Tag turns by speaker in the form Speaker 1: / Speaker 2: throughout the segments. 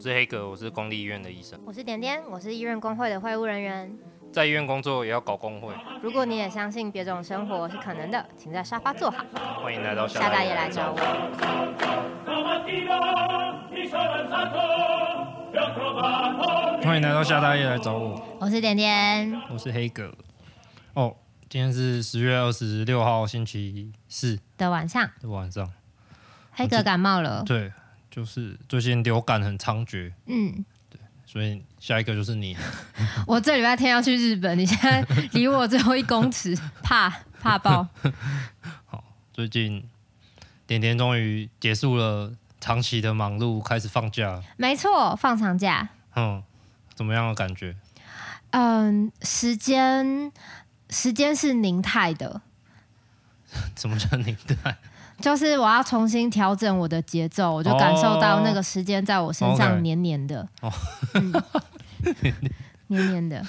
Speaker 1: 是黑格，我是公立医院的医生，
Speaker 2: 我是点点，我是医院工会的会务人员。
Speaker 1: 在医院工作也要搞工会。
Speaker 2: 如果你也相信别种生活是可能的，请在沙发坐好，
Speaker 1: 欢迎来到
Speaker 2: 下大夜来找我。
Speaker 3: 欢迎来到夏大夜来找我，
Speaker 2: 我是点点，
Speaker 3: 我是黑哥。哦，今天是十月二十六号星期四
Speaker 2: 的晚上，
Speaker 3: 的晚上。
Speaker 2: 黑哥感冒了，
Speaker 3: 对，就是最近流感很猖獗，
Speaker 2: 嗯，
Speaker 3: 所以下一个就是你。
Speaker 2: 我这礼拜天要去日本，你现在 离我最后一公尺，怕怕爆。
Speaker 3: 最近点点终于结束了长期的忙碌，开始放假了。
Speaker 2: 没错，放长假，
Speaker 3: 嗯，怎么样的感觉？
Speaker 2: 嗯，时间时间是凝态的，
Speaker 3: 怎么叫你 的？
Speaker 2: 就是我要重新调整我的节奏，我就感受到那个时间在我身
Speaker 3: 哦，OK
Speaker 2: 上黏黏的，
Speaker 3: 哦
Speaker 2: 嗯 黏黏的，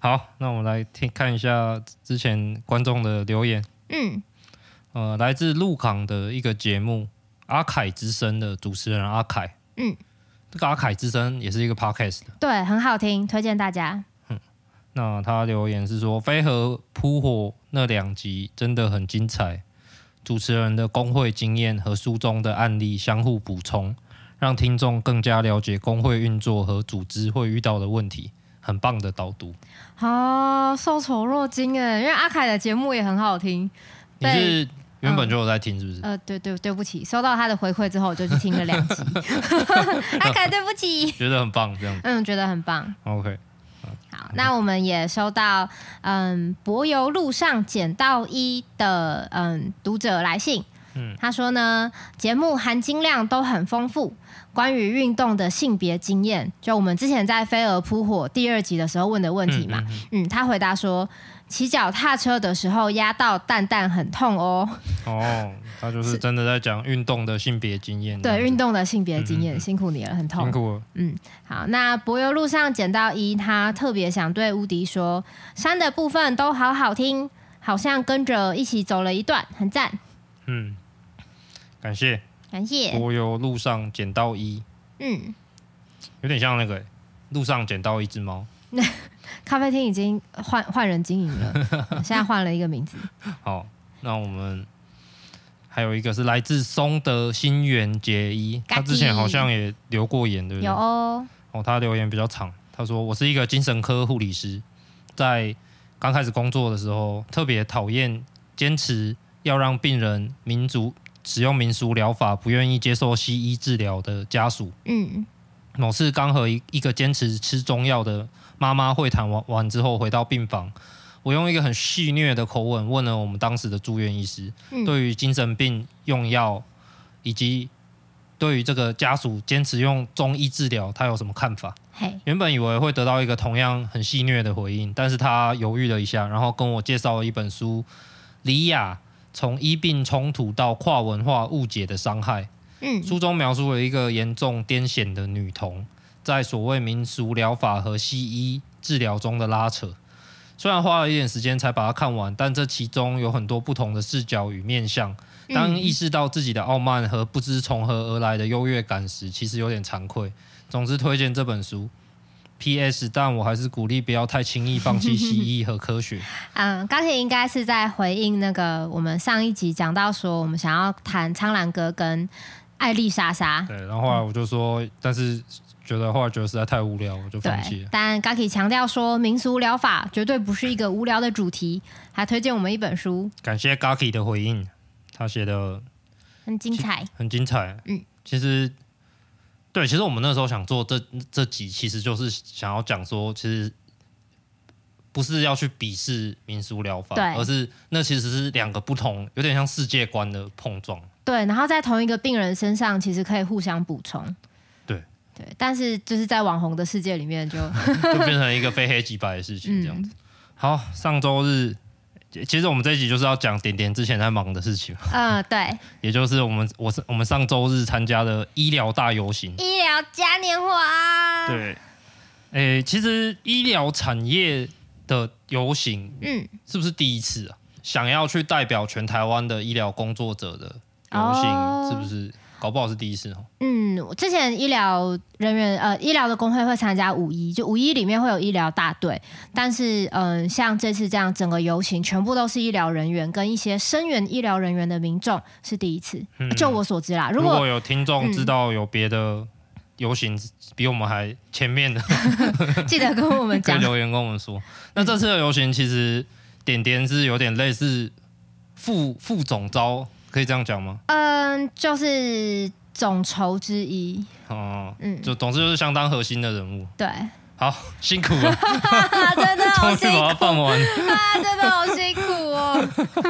Speaker 3: 好，那我们来听看一下之前观众的留言。
Speaker 2: 嗯，
Speaker 3: 呃，来自鹿港的一个节目《阿凯之声》的主持人阿凯。
Speaker 2: 嗯，
Speaker 3: 这个阿凯之声也是一个 podcast 的。
Speaker 2: 对，很好听，推荐大家。
Speaker 3: 那他留言是说，《飞蛾扑火》那两集真的很精彩，主持人的工会经验和书中的案例相互补充，让听众更加了解工会运作和组织会遇到的问题。很棒的导读，
Speaker 2: 哦，受宠若惊哎，因为阿凯的节目也很好听。
Speaker 3: 你
Speaker 2: 对
Speaker 3: 是原本就有在听是不是？
Speaker 2: 呃，对对，对不起，收到他的回馈之后，我就去听了两 集。阿凯，对不起。
Speaker 3: 觉得很棒这样
Speaker 2: 嗯，觉得很棒。
Speaker 3: ？OK，
Speaker 2: 好，那我们也收到嗯柏油路上捡到一的嗯读者来信。
Speaker 3: 嗯
Speaker 2: 他说呢，节目含金量都很丰富，关于运动的性别经验，就我们之前在《飞蛾扑火》第二集的时候问的问题嘛，
Speaker 3: 嗯嗯
Speaker 2: 嗯，他回答说，骑脚踏车的时候压到蛋蛋很痛哦。
Speaker 3: 哦，他就是真的在讲运动的性别经验。
Speaker 2: 对，运
Speaker 3: 动
Speaker 2: 动的性别
Speaker 3: 嗯
Speaker 2: 经
Speaker 3: 嗯嗯
Speaker 2: 验，
Speaker 3: 嗯
Speaker 2: 辛苦你了，很
Speaker 3: 辛
Speaker 2: 痛。
Speaker 3: 苦了。
Speaker 2: 好，那柏油路上捡到一，他特别想对无敌说，山的部分都好好听，好像跟着一起走了一段，很赞，
Speaker 3: 嗯，感谢。
Speaker 2: 感谢。
Speaker 3: 柏油路上捡到一，
Speaker 2: 嗯，
Speaker 3: 有点像那个欸路上捡到一只猫。
Speaker 2: 咖啡厅已经换换人经营了， 现在换了一个名字。
Speaker 3: 好，那我们还有一个是来自松德新垣结衣，
Speaker 2: 嘎
Speaker 3: 他
Speaker 2: 叽
Speaker 3: 之前好像也留过言，对不对？
Speaker 2: 有哦，
Speaker 3: 哦，他留言比较长，他说我是一个精神科护理师，在刚开始工作的时候，特别讨厌坚持要让病人民族使用民俗疗法，不愿意接受西医治疗的家属。
Speaker 2: 嗯
Speaker 3: 某次刚和一一个坚持吃中药的妈妈会谈完完之后，回到病房，我用一个很戏谑的口吻问了我们当时的住院医师，
Speaker 2: 嗯
Speaker 3: 对于精神病用药以及对于这个家属坚持用中医治疗，他有什么看法？
Speaker 2: 嘿，
Speaker 3: 原本以为会得到一个同样很戏谑的回应，但是他犹豫了一下，然后跟我介绍了一本书《李雅：从医病冲突到跨文化误解的伤害》。
Speaker 2: 嗯
Speaker 3: 书中描述了一个严重癫痫的女童在所谓民俗疗法和西医治疗中的拉扯。虽然花了一点时间才把它看完，但这其中有很多不同的视角与面向。当意识到自己的傲慢和不知从何而来的优越感时，其实有点惭愧。总之，推荐这本书。P.S. 但我还是鼓励不要太轻易放弃西医和科学。
Speaker 2: 嗯，刚才应该是在回应那个我们上一集讲到说，我们想要谈苍兰哥跟艾丽莎莎。
Speaker 3: 对，然后后来我就说，但是觉得后来觉得实在太无聊，我就放弃
Speaker 2: 对
Speaker 3: 了，。
Speaker 2: 但 Gaki 强调说，民俗疗法绝对不是一个无聊的主题，还推荐我们一本书，
Speaker 3: 感谢 Gaki 的回应，他写的
Speaker 2: 很精彩。
Speaker 3: 很精彩。
Speaker 2: 嗯，
Speaker 3: 其实对，其实我们那时候想做这这集，其实就是想要讲说，其实不是要去鄙视民俗疗法
Speaker 2: 对，
Speaker 3: 而是那其实是两个不同，有点像世界观的碰 撞。
Speaker 2: 对，然后在同一个病人身上，其实可以互相补充。
Speaker 3: 对
Speaker 2: 对，但是就是在网红的世界里面就，
Speaker 3: 就变成一个非黑即白的事
Speaker 2: 嗯
Speaker 3: 情，这样子。好，上周日，其其实我们这一集就是要讲点点之前在忙的事情，
Speaker 2: 嗯，对，
Speaker 3: 也就是我们我是我们上周日参加的医疗大游行。
Speaker 2: 医疗嘉年华。，
Speaker 3: 对，诶、其实医疗产业的游行
Speaker 2: 嗯，
Speaker 3: 是不是第一次啊？想要去代表全台湾的医疗工作者的游行，
Speaker 2: 哦
Speaker 3: 是不是？搞不好是第一次哦。
Speaker 2: 嗯，我之前医疗人员呃，医疗的工会会参加五一，就五一里面会有医疗大队，但是嗯、像这次这样整个游行全部都是医疗人员跟一些声援医疗人员的民众是第一次，
Speaker 3: 嗯
Speaker 2: 就我所知啦。如
Speaker 3: 如
Speaker 2: 果嗯
Speaker 3: 果有听众知道有别的游行比我们还前面的，
Speaker 2: 记得跟我们
Speaker 3: 可以
Speaker 2: 讲，嗯
Speaker 3: 留言 跟我们说。那这次的游行其实点点是有点类似副副总招，可以这样讲吗？
Speaker 2: 嗯，就是总筹之一，
Speaker 3: 哦、
Speaker 2: 嗯，
Speaker 3: 就总之就是相当核心的人物。
Speaker 2: 对，
Speaker 3: 好，辛苦了，
Speaker 2: 啊，真的
Speaker 3: 终
Speaker 2: 好
Speaker 3: 于
Speaker 2: 辛
Speaker 3: 把它
Speaker 2: 苦
Speaker 3: 放完。
Speaker 2: 啊，真的好辛苦哦，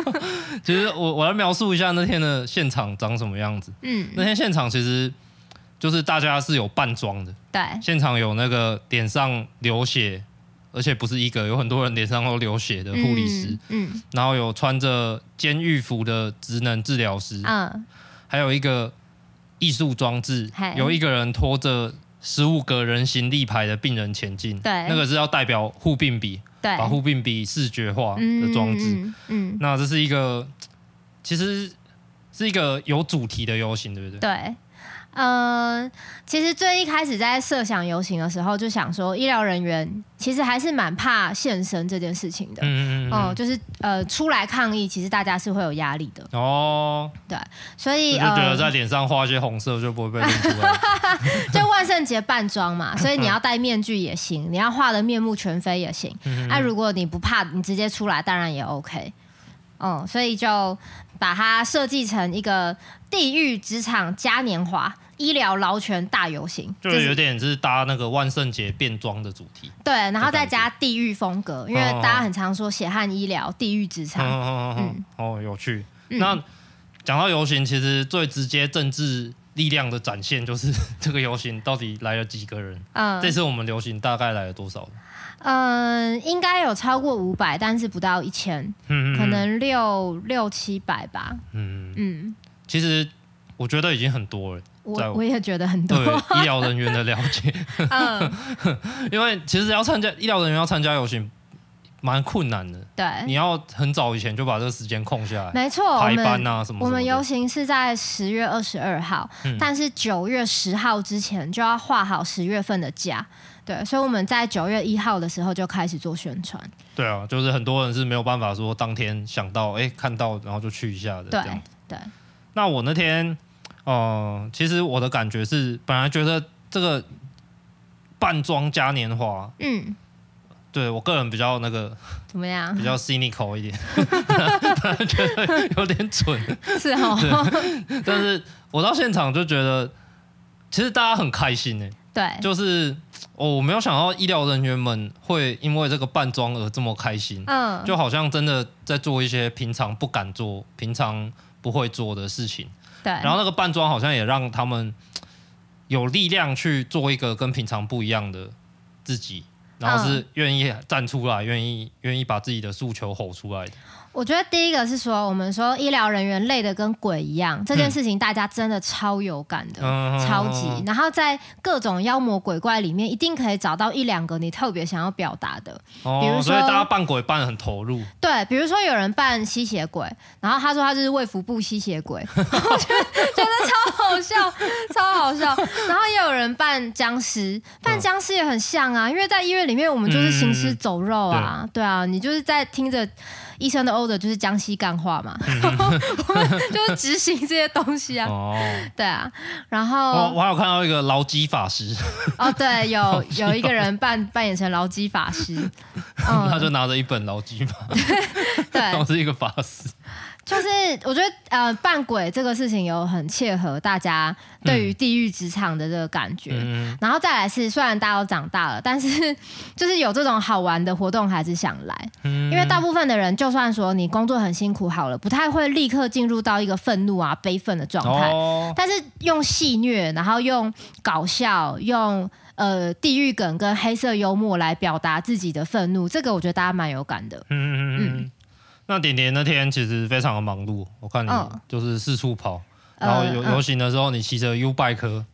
Speaker 3: 其实我我来描述一下那天的现场长什么样子。
Speaker 2: 嗯，
Speaker 3: 那天现场其实就是大家是有扮装的，
Speaker 2: 对，
Speaker 3: 现场有那个脸上流血，而且不是一个，有很多人脸上都流血的护理师，
Speaker 2: 嗯，嗯
Speaker 3: 然后有穿着监狱服的职能治疗师，
Speaker 2: 嗯，
Speaker 3: 还有一个艺术装置
Speaker 2: 嗨，
Speaker 3: 有一个人拖着十五个人形立牌的病人前进，
Speaker 2: 对
Speaker 3: 那个是要代表护病比，
Speaker 2: 对，
Speaker 3: 把护病比视觉化的装置。
Speaker 2: 嗯，嗯，嗯
Speaker 3: 那这是一个，其实是一个有主题的游行，对不对？
Speaker 2: 对。嗯，其实最一开始在设想游行的时候，就想说医疗人员其实还是蛮怕现身这件事情的。
Speaker 3: 嗯嗯嗯
Speaker 2: 哦、
Speaker 3: 嗯。
Speaker 2: 就是呃，出来抗议，其实大家是会有压力的，
Speaker 3: 哦，
Speaker 2: 所
Speaker 3: 我
Speaker 2: 以
Speaker 3: 就觉得
Speaker 2: 呃，
Speaker 3: 在脸上画一些红色就不会被认出 来。
Speaker 2: 就万圣节扮装 嘛，所以你要戴面具也行，你要画的面目全非也行。
Speaker 3: 嗯
Speaker 2: 那、如果你不怕，你直接出来，当然也 OK。嗯，所以就把它设计成一个地狱职场嘉年华医疗劳权大游行，
Speaker 3: 就
Speaker 2: 这
Speaker 3: 有
Speaker 2: 是
Speaker 3: 点是搭那个万圣节变装的主题。
Speaker 2: 对，然后再加地域风格，因为
Speaker 3: 哦
Speaker 2: 大家很常说血汗医疗、地狱职
Speaker 3: 嗯
Speaker 2: 场。
Speaker 3: 嗯嗯嗯，哦，有趣。
Speaker 2: 嗯
Speaker 3: 那讲到游行，其实最直接政治力量的展现就是 这个游行到底来了几个人。
Speaker 2: 嗯
Speaker 3: 这次我们游行大概来了多少人？
Speaker 2: 嗯，应该有超过五百，但是不到一千，
Speaker 3: 嗯
Speaker 2: 可能六六七百吧。
Speaker 3: 嗯，
Speaker 2: 嗯，
Speaker 3: 其实我觉得已经很多了。在
Speaker 2: 我
Speaker 3: 我
Speaker 2: 我也觉得很多。
Speaker 3: 对医疗人员的了解，
Speaker 2: 嗯，
Speaker 3: 因为其实要参加医疗人员要参加游行蛮困难的，
Speaker 2: 对。
Speaker 3: 你要很早以前就把这个时间空下来，
Speaker 2: 哎没错，我
Speaker 3: 排
Speaker 2: 们
Speaker 3: 班啊什么什么的。
Speaker 2: 我们游行是在十月二十二号，
Speaker 3: 嗯
Speaker 2: 但是九月十号之前就要画好十月份的假。对，所以我们在九月一号的时候就开始做宣传。
Speaker 3: 对啊，就是很多人是没有办法说当天想到哎看到然后就去一下的这
Speaker 2: 对
Speaker 3: 样。
Speaker 2: 对，
Speaker 3: 那我那天，呃，其实我的感觉是，本来觉得这个扮装嘉年华，
Speaker 2: 嗯，
Speaker 3: 对我个人比较那个
Speaker 2: 怎么 样
Speaker 3: 比？较 cynical 一点，觉得有点蠢，
Speaker 2: 是哦，
Speaker 3: 但是我到现场就觉得，其实大家很开心呢、欸
Speaker 2: 对，
Speaker 3: 就是哦，我没有想到医疗人员们会因为这个扮装而这么开心，
Speaker 2: 嗯，
Speaker 3: 就好像真的在做一些平常不敢做、平常不会做的事情。
Speaker 2: 对，
Speaker 3: 然后那个扮装好像也让他们有力量去做一个跟平常不一样的自己，然后
Speaker 2: 嗯
Speaker 3: 是愿意站出来，愿意愿意把自己的诉求吼出来的。
Speaker 2: 我觉得第一个是说，我们说医疗人员累得跟鬼一样，这件事情大家真的超有感的，
Speaker 3: 嗯
Speaker 2: 超级。然后在各种妖魔鬼怪里面，一定可以找到一两个你特别想要表达的。比如
Speaker 3: 哦
Speaker 2: 说，
Speaker 3: 所以大家扮鬼扮得很投入，
Speaker 2: 对，比如说有人扮吸血鬼，然后他说他就是卫福部吸血鬼， 我觉得觉得超好笑，超好笑。然后也有人扮僵尸，扮
Speaker 3: 嗯
Speaker 2: 僵尸也很像啊，因为在医院里面我们就是行尸走肉啊，对啊，你就是在听着医生的 order 就是僵尸干话嘛，然后 我们就是执行这些东西啊，
Speaker 3: 哦，
Speaker 2: 对啊。然
Speaker 3: 我
Speaker 2: 后
Speaker 3: 我还有看到一个劳基法师，
Speaker 2: 哦，对，有有一个人扮扮演成劳基法师，
Speaker 3: 他
Speaker 2: 嗯，
Speaker 3: 就拿着一本劳基法，
Speaker 2: 对
Speaker 3: 然，后是一个法师，
Speaker 2: 就是我觉得呃，扮鬼这个事情有很切合大家对于地狱职场的这个感觉。
Speaker 3: 嗯，
Speaker 2: 然后再来是，虽然大家都长大了，但是 就是有这种好玩的活动还是想来，
Speaker 3: 嗯
Speaker 2: 因为大部分的人就算说你工作很辛苦好了，不太会立刻进入到一个愤怒啊、悲愤的状态，
Speaker 3: 哦，
Speaker 2: 但是用戏谑，然后用搞笑，用呃地狱梗跟黑色幽默来表达自己的愤怒，这个我觉得大家蛮有感的。
Speaker 3: 嗯嗯嗯嗯。那点点那天其实非常的忙碌，我看你
Speaker 2: 嗯
Speaker 3: 就是四处跑，然后游
Speaker 2: 嗯
Speaker 3: 游行的时候，你骑着 U bike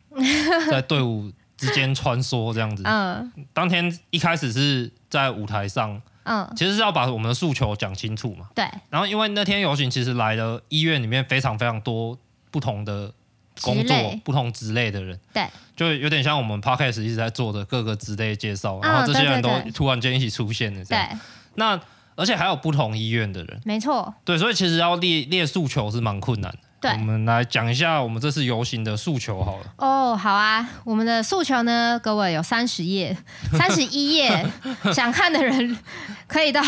Speaker 3: 在队伍之间穿梭这样子。
Speaker 2: 嗯
Speaker 3: 当天一开始是在舞台上，
Speaker 2: 嗯，
Speaker 3: 其实是要把我们的诉求讲清楚嘛。
Speaker 2: 对
Speaker 3: 然后因为那天游行其实来了医院里面非常非常多不同的工
Speaker 2: 职
Speaker 3: 作
Speaker 2: 类、
Speaker 3: 不同职类的人，
Speaker 2: 对，
Speaker 3: 就有点像我们 podcast 一直在做的各个职类介绍，
Speaker 2: 啊
Speaker 3: 然后这些人都
Speaker 2: 对对对
Speaker 3: 突然间一起出现了这样。
Speaker 2: 对，
Speaker 3: 那而且还有不同医院的人，
Speaker 2: 没错，
Speaker 3: 对，所以其实要列列诉求是蛮困难的。
Speaker 2: 对
Speaker 3: 我们来讲一下我们这次游行的诉求好了。
Speaker 2: 哦，好啊，我们的诉求呢，各位有三十页、三十一页，想看的人可以到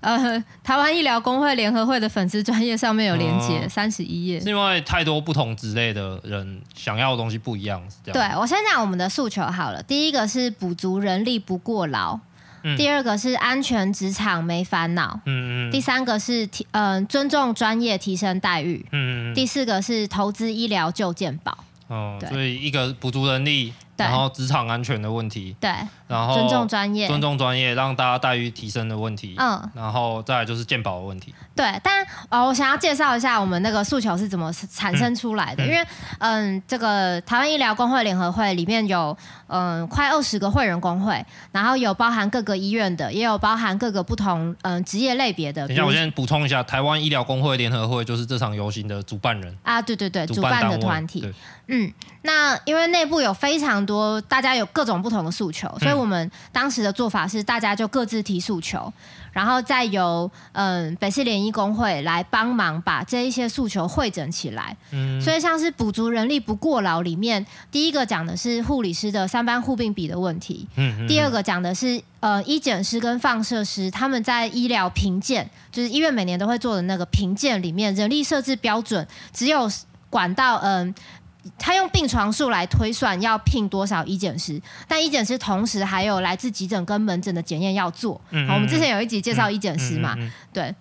Speaker 2: 呃台湾医疗工会联合会的粉丝专业上面有连接，
Speaker 3: 哦
Speaker 2: 三十一页
Speaker 3: 是。因为太多不同职类的人想要的东西不一样，是这
Speaker 2: 对
Speaker 3: 样。
Speaker 2: 我先讲我们的诉求好了，第一个是补足人力不过劳，
Speaker 3: 嗯
Speaker 2: 第二个是安全职场没烦恼，
Speaker 3: 嗯嗯
Speaker 2: 第三个是提嗯、尊重专业提升待遇，
Speaker 3: 嗯嗯
Speaker 2: 第四个是投资医疗救健保，
Speaker 3: 嗯，
Speaker 2: 对
Speaker 3: 所以一个补足人力，
Speaker 2: 对
Speaker 3: 然后职场安全的问题，
Speaker 2: 对，
Speaker 3: 然后
Speaker 2: 尊重专业，
Speaker 3: 哦尊重专业，让大家待遇提升的问题，
Speaker 2: 嗯。
Speaker 3: 然后再来就是健保的问题。
Speaker 2: 对，但哦，我想要介绍一下我们那个诉求是怎么产生出来的，
Speaker 3: 嗯嗯
Speaker 2: 因为嗯，这个台湾医疗工会联合会里面有嗯快二十个会员工会，然后有包含各个医院的，也有包含各个不同嗯职业类别的。
Speaker 3: 等一下，
Speaker 2: 比
Speaker 3: 我
Speaker 2: 如
Speaker 3: 先补充一下，台湾医疗工会联合会就是这场游行的主办人、
Speaker 2: 啊，对对对，主
Speaker 3: 办
Speaker 2: 办
Speaker 3: 单
Speaker 2: 的
Speaker 3: 位
Speaker 2: 团体，
Speaker 3: 对，
Speaker 2: 嗯，那因为内部有非常多，大家有各种不同的诉求，所以我们当时的做法是，大家就各自提诉求，然后再由嗯北市联谊工会来帮忙把这一些诉求汇整起来。
Speaker 3: 嗯
Speaker 2: 所以像是补足人力不过劳里面，第一个讲的是护理师的三班护病比的问题，
Speaker 3: 嗯嗯
Speaker 2: 第二个讲的是呃医检师跟放射师他们在医疗评鉴，就是医院每年都会做的那个评鉴里面，人力设置标准只有管到嗯。他用病床数来推算要聘多少医检师，但医检师同时还有来自急诊跟门诊的检验要做。
Speaker 3: 嗯
Speaker 2: 好，我们之前有一集介绍医检师嘛，啊
Speaker 3: 嗯嗯
Speaker 2: 对，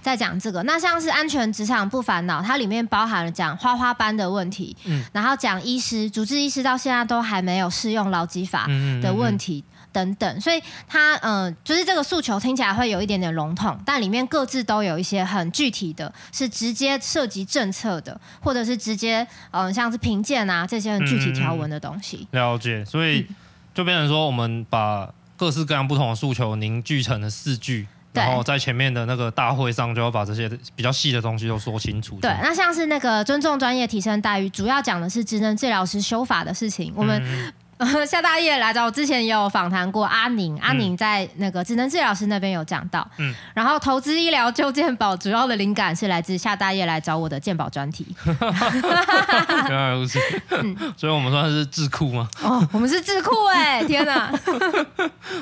Speaker 2: 在讲这个。那像是安全职场不烦恼，它里面包含了讲花花班的问题，
Speaker 3: 嗯
Speaker 2: 然后讲医师、主治医师到现在都还没有适用劳基法
Speaker 3: 嗯嗯嗯
Speaker 2: 的问题。等等，所以它嗯、呃就是这个诉求听起来会有一点点笼统，但里面各自都有一些很具体的，是直接涉及政策的，或者是直接嗯、呃像是评鉴啊这些很具体条文的东西。
Speaker 3: 了解，所以就变成说，我们把各式各样不同的诉求凝聚成了四句，
Speaker 2: 对
Speaker 3: 然后在前面的那个大会上就要把这些比较细的东西都说清楚。
Speaker 2: 对，那像是那个尊重专业提升待遇，主要讲的是职能治疗师修法的事情。我们
Speaker 3: 嗯
Speaker 2: 呃， 夏大业来找我之前也有访谈过阿宁，阿宁在那个职能治疗师那边有讲到，
Speaker 3: 嗯
Speaker 2: 然后投资医疗救健保主要的灵感是来自夏大业来找我的健保专题
Speaker 3: 原 来如此，
Speaker 2: 嗯
Speaker 3: 所以我们算是智库吗？
Speaker 2: 哦，我们是智库哎、 天哪，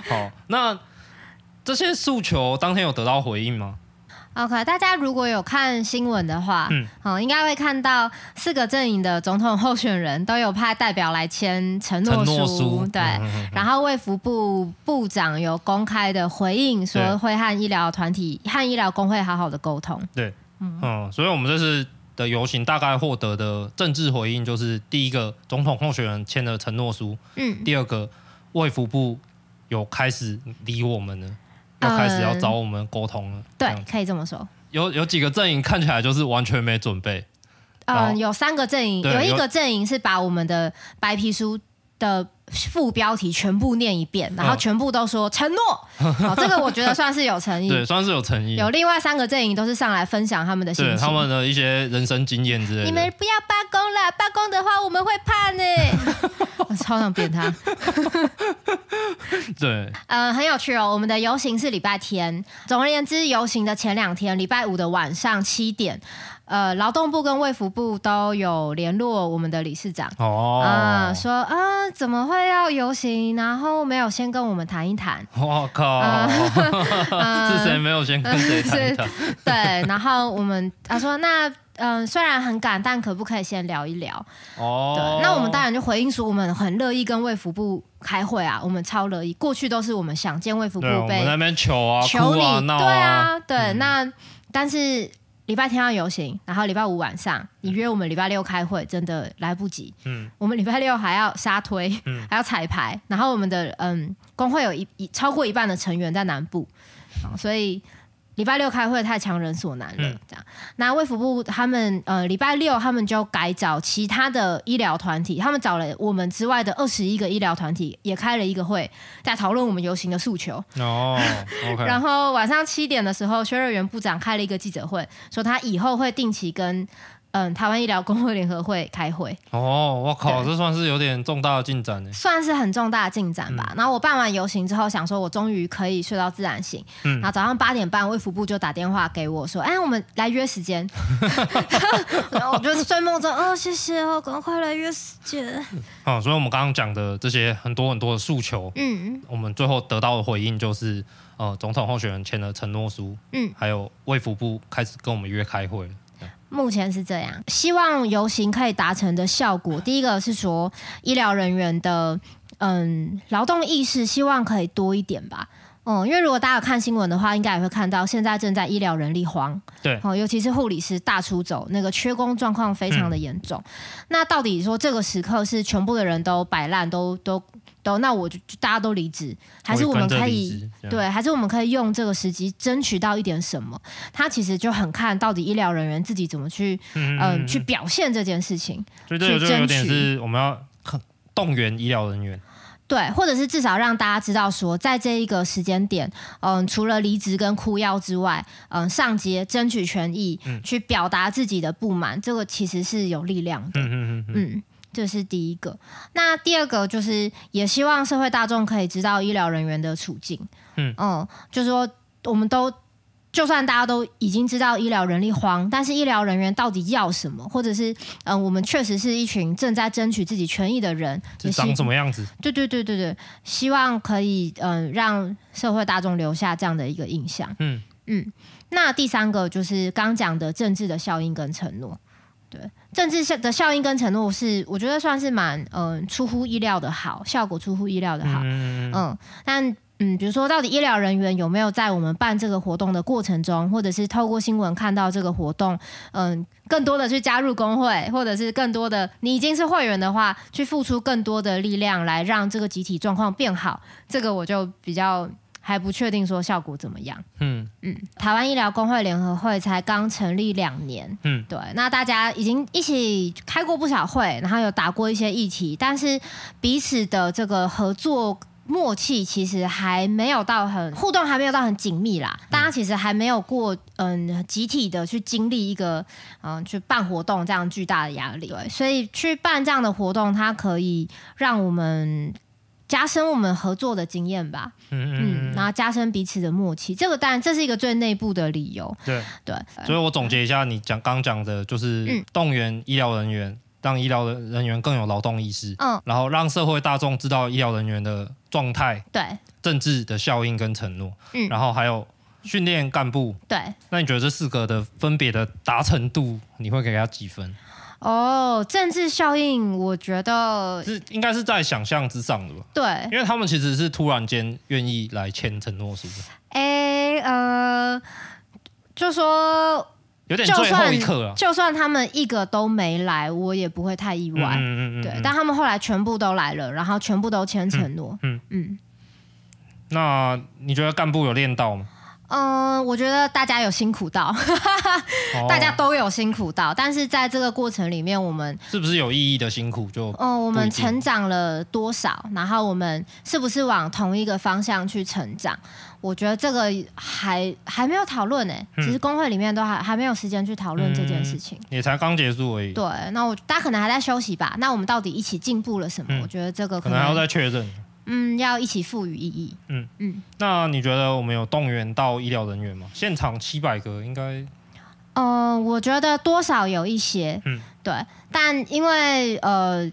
Speaker 3: 好，那这些诉求当天有得到回应吗？
Speaker 2: OK，大家如果有看新闻的话，嗯
Speaker 3: 嗯，
Speaker 2: 哦，应该会看到四个阵营的总统候选人都有派代表来签承诺
Speaker 3: 承
Speaker 2: 书，
Speaker 3: 诺书
Speaker 2: 对。
Speaker 3: 嗯嗯嗯
Speaker 2: 然后卫福部部长有公开的回应，说
Speaker 3: 对
Speaker 2: 会和医疗团体、和医疗工会好好的沟通。
Speaker 3: 嗯，所以我们这次的游行大概获得的政治回应就是：第一个，总统候选人签了承诺书；
Speaker 2: 嗯，
Speaker 3: 第二个，卫福部有开始理我们了，要开始要找我们沟通了。这
Speaker 2: 呃对
Speaker 3: 样，
Speaker 2: 可以这么说。
Speaker 3: 有有几个阵营看起来就是完全没准备，然后
Speaker 2: 嗯，有三个阵营，
Speaker 3: 对
Speaker 2: 有一
Speaker 3: 有
Speaker 2: 个阵营是把我们的白皮书的副标题全部念一遍，然后
Speaker 3: 嗯
Speaker 2: 全部都说承 诺。好，这个我觉得算是有诚意。
Speaker 3: 对，算是有诚意，
Speaker 2: 有另外三个阵营都是上来分享他们的心
Speaker 3: 嗯对
Speaker 2: 情。
Speaker 3: 他们的一些人生经验之类
Speaker 2: 你
Speaker 3: 的
Speaker 2: 们。不要罢工了，罢工的话我们会怕 呢。我超想扁他。
Speaker 3: 对，
Speaker 2: 呃，很有趣哦。我们的游行是礼拜天，总而言之，游行的前两天，礼拜五的晚上七点，呃，劳动部跟卫福部都有联络我们的理事长。
Speaker 3: 哦，
Speaker 2: 啊、说啊、怎么会要游行？然后没有先跟我们谈一谈，
Speaker 3: 我靠，
Speaker 2: 啊
Speaker 3: 是谁没有先跟谁谈一谈？
Speaker 2: 对，然后我们他说那嗯、虽然很赶，但可不可以先聊一聊？
Speaker 3: 哦
Speaker 2: 对，，那我们当然就回应说，我们很乐意跟卫福部开会啊，我们超乐意。过去都是我们想见卫福部
Speaker 3: 对，我们
Speaker 2: 被
Speaker 3: 在那边求啊、
Speaker 2: 求
Speaker 3: 哭
Speaker 2: 你，
Speaker 3: 啊、嗯闹
Speaker 2: 对啊，对。那但是礼拜天要游行，然后礼拜五晚上你约我们礼拜六开会，真的来不及。
Speaker 3: 嗯
Speaker 2: 我们礼拜六还要沙推，
Speaker 3: 嗯
Speaker 2: 还要彩排，然后我们的嗯工会有一一超过一半的成员在南部，哦所以。礼拜六开会太强人所难了，
Speaker 3: 嗯
Speaker 2: 这样。那卫福部他们呃，礼拜六他们就改找其他的医疗团体，他们找了我们之外的二十一个医疗团体，也开了一个会，在讨论我们游行的诉求。
Speaker 3: 哦，OK，
Speaker 2: 然后晚上七点的时候，薛瑞元部长开了一个记者会，说他以后会定期跟嗯台湾医疗工会联合会开会，
Speaker 3: 哦，我靠，
Speaker 2: 对
Speaker 3: 这算是有点重大的进展欸呢。
Speaker 2: 算是很重大的进展吧。然后我办完游行之后，想说我终于可以睡到自然醒。
Speaker 3: 嗯
Speaker 2: 然后早上八点半，卫福部就打电话给我说：“哎，我们来约时间。” 然后我就睡梦中，哦，谢谢哦，赶快来约时间。
Speaker 3: 好、哦所以我们刚刚讲的这些很多很多的诉求，
Speaker 2: 嗯
Speaker 3: 我们最后得到的回应就是，呃，总统候选人签了承诺书，
Speaker 2: 嗯，
Speaker 3: 还有卫福部开始跟我们约开会了。
Speaker 2: 目前是这样。希望游行可以达成的效果，第一个是说医疗人员的嗯劳动意识，希望可以多一点吧。嗯，因为如果大家有看新闻的话，应该也会看到现在正在医疗人力荒。
Speaker 3: 对，
Speaker 2: 哦，尤其是护理师大出走，那个缺工状况非常的严重。
Speaker 3: 嗯
Speaker 2: 那到底说这个时刻是全部的人都摆烂，都都都，那我就就大家都离职，还是我们
Speaker 3: 跟着
Speaker 2: 可
Speaker 3: 离
Speaker 2: 以
Speaker 3: 职这样
Speaker 2: 对，还是我们可以用这个时机争取到一点什么？他其实就很看到底医疗人员自己怎么去
Speaker 3: 嗯
Speaker 2: 嗯、去表现这件事情，
Speaker 3: 所以这个
Speaker 2: 去
Speaker 3: 就有
Speaker 2: 争
Speaker 3: 点
Speaker 2: 取
Speaker 3: 是我们要动员医疗人员，
Speaker 2: 对，或者是至少让大家知道说，在这一个时间点，嗯，除了离职跟哭腰之外，嗯，上街争取权益，去表达自己的不满，这个其实是有力量的。
Speaker 3: 嗯嗯嗯，
Speaker 2: 嗯，这是第一个。那第二个就是，也希望社会大众可以知道医疗人员的处境。
Speaker 3: 嗯
Speaker 2: 就是说我们都。就算大家都已经知道医疗人力荒，但是医疗人员到底要什么，或者是嗯，我们确实是一群正在争取自己权益的人，
Speaker 3: 这
Speaker 2: 也希
Speaker 3: 长什么样子？
Speaker 2: 对对对对对，希望可以嗯、让社会大众留下这样的一个印象。
Speaker 3: 嗯
Speaker 2: 嗯，那第三个就是刚讲的政治的效应跟承诺。对，政治效的效应跟承诺是我觉得算是蛮嗯、出乎意料的好，效果出乎意料的好。
Speaker 3: 嗯，
Speaker 2: 嗯，但嗯，比如说到底医疗人员有没有在我们办这个活动的过程中，或者是透过新闻看到这个活动，嗯，更多的去加入工会，或者是更多的你已经是会员的话，去付出更多的力量来让这个集体状况变好，这个我就比较。还不确定说效果怎么样。
Speaker 3: 嗯
Speaker 2: 嗯，台湾医疗工会联合会才刚成立两年，
Speaker 3: 嗯
Speaker 2: 对，那大家已经一起开过不少会，然后有打过一些议题，但是彼此的这个合作。默契其实还没有到很互动，还没有到很紧密啦。
Speaker 3: 嗯
Speaker 2: 大家其实还没有过嗯集体的去经历一个嗯去办活动这样巨大的压力，对，所以去办这样的活动，它可以让我们加深我们合作的经验吧，
Speaker 3: 嗯
Speaker 2: 嗯，
Speaker 3: 嗯
Speaker 2: 然
Speaker 3: 嗯，
Speaker 2: 后加深彼此的默契。这个当然这是一个最内部的理由，
Speaker 3: 对。
Speaker 2: 对，
Speaker 3: 所以我总结一下，你讲刚讲的就是
Speaker 2: 嗯
Speaker 3: 动员医疗人员，让医疗人员更有劳动意识，
Speaker 2: 嗯，
Speaker 3: 然后让社会大众知道医疗人员的状态、
Speaker 2: 对
Speaker 3: 政治的效应跟承诺，
Speaker 2: 嗯
Speaker 3: 然后还有训练干部。
Speaker 2: 对，
Speaker 3: 那你觉得这四个的分别的达成度，你会给他几分？
Speaker 2: 哦，政治效应，我觉得
Speaker 3: 是应该是在想象之上的吧？
Speaker 2: 对，
Speaker 3: 因为他们其实是突然间愿意来签承诺书的，
Speaker 2: 诶，呃，就说
Speaker 3: 有点
Speaker 2: 就
Speaker 3: 最后
Speaker 2: 算
Speaker 3: 一刻啊。
Speaker 2: 就算他们一个都没来，我也不会太意外。
Speaker 3: 嗯
Speaker 2: 对，但他们后来全部都来了，然后全部都签承诺。
Speaker 3: 嗯
Speaker 2: 嗯嗯
Speaker 3: 那你觉得干部有练到吗？
Speaker 2: 呃我觉得大家有辛苦到，
Speaker 3: 哦
Speaker 2: 大家都有辛苦到，但是在这个过程里面，我们
Speaker 3: 是不是有意义的辛苦就？
Speaker 2: 哦，我
Speaker 3: 不一
Speaker 2: 们
Speaker 3: 定
Speaker 2: 成长了多少？然后我们是不是往同一个方向去成长？我觉得这个还还没有讨论呢、
Speaker 3: 嗯
Speaker 2: 其实工会里面都还还没有时间去讨论这件事情。
Speaker 3: 也才刚结束而已，
Speaker 2: 对，那我大家可能还在休息吧。那我们到底一起进步了什么？
Speaker 3: 嗯
Speaker 2: 我觉得这个
Speaker 3: 可
Speaker 2: 可
Speaker 3: 能还要
Speaker 2: 能
Speaker 3: 再确认。
Speaker 2: 嗯要一起赋予意义。
Speaker 3: 嗯
Speaker 2: 嗯
Speaker 3: 那你觉得我们有动员到医疗人员吗？现场七百个应该
Speaker 2: 嗯、呃我觉得多少有一些，
Speaker 3: 嗯
Speaker 2: 对，但因为呃。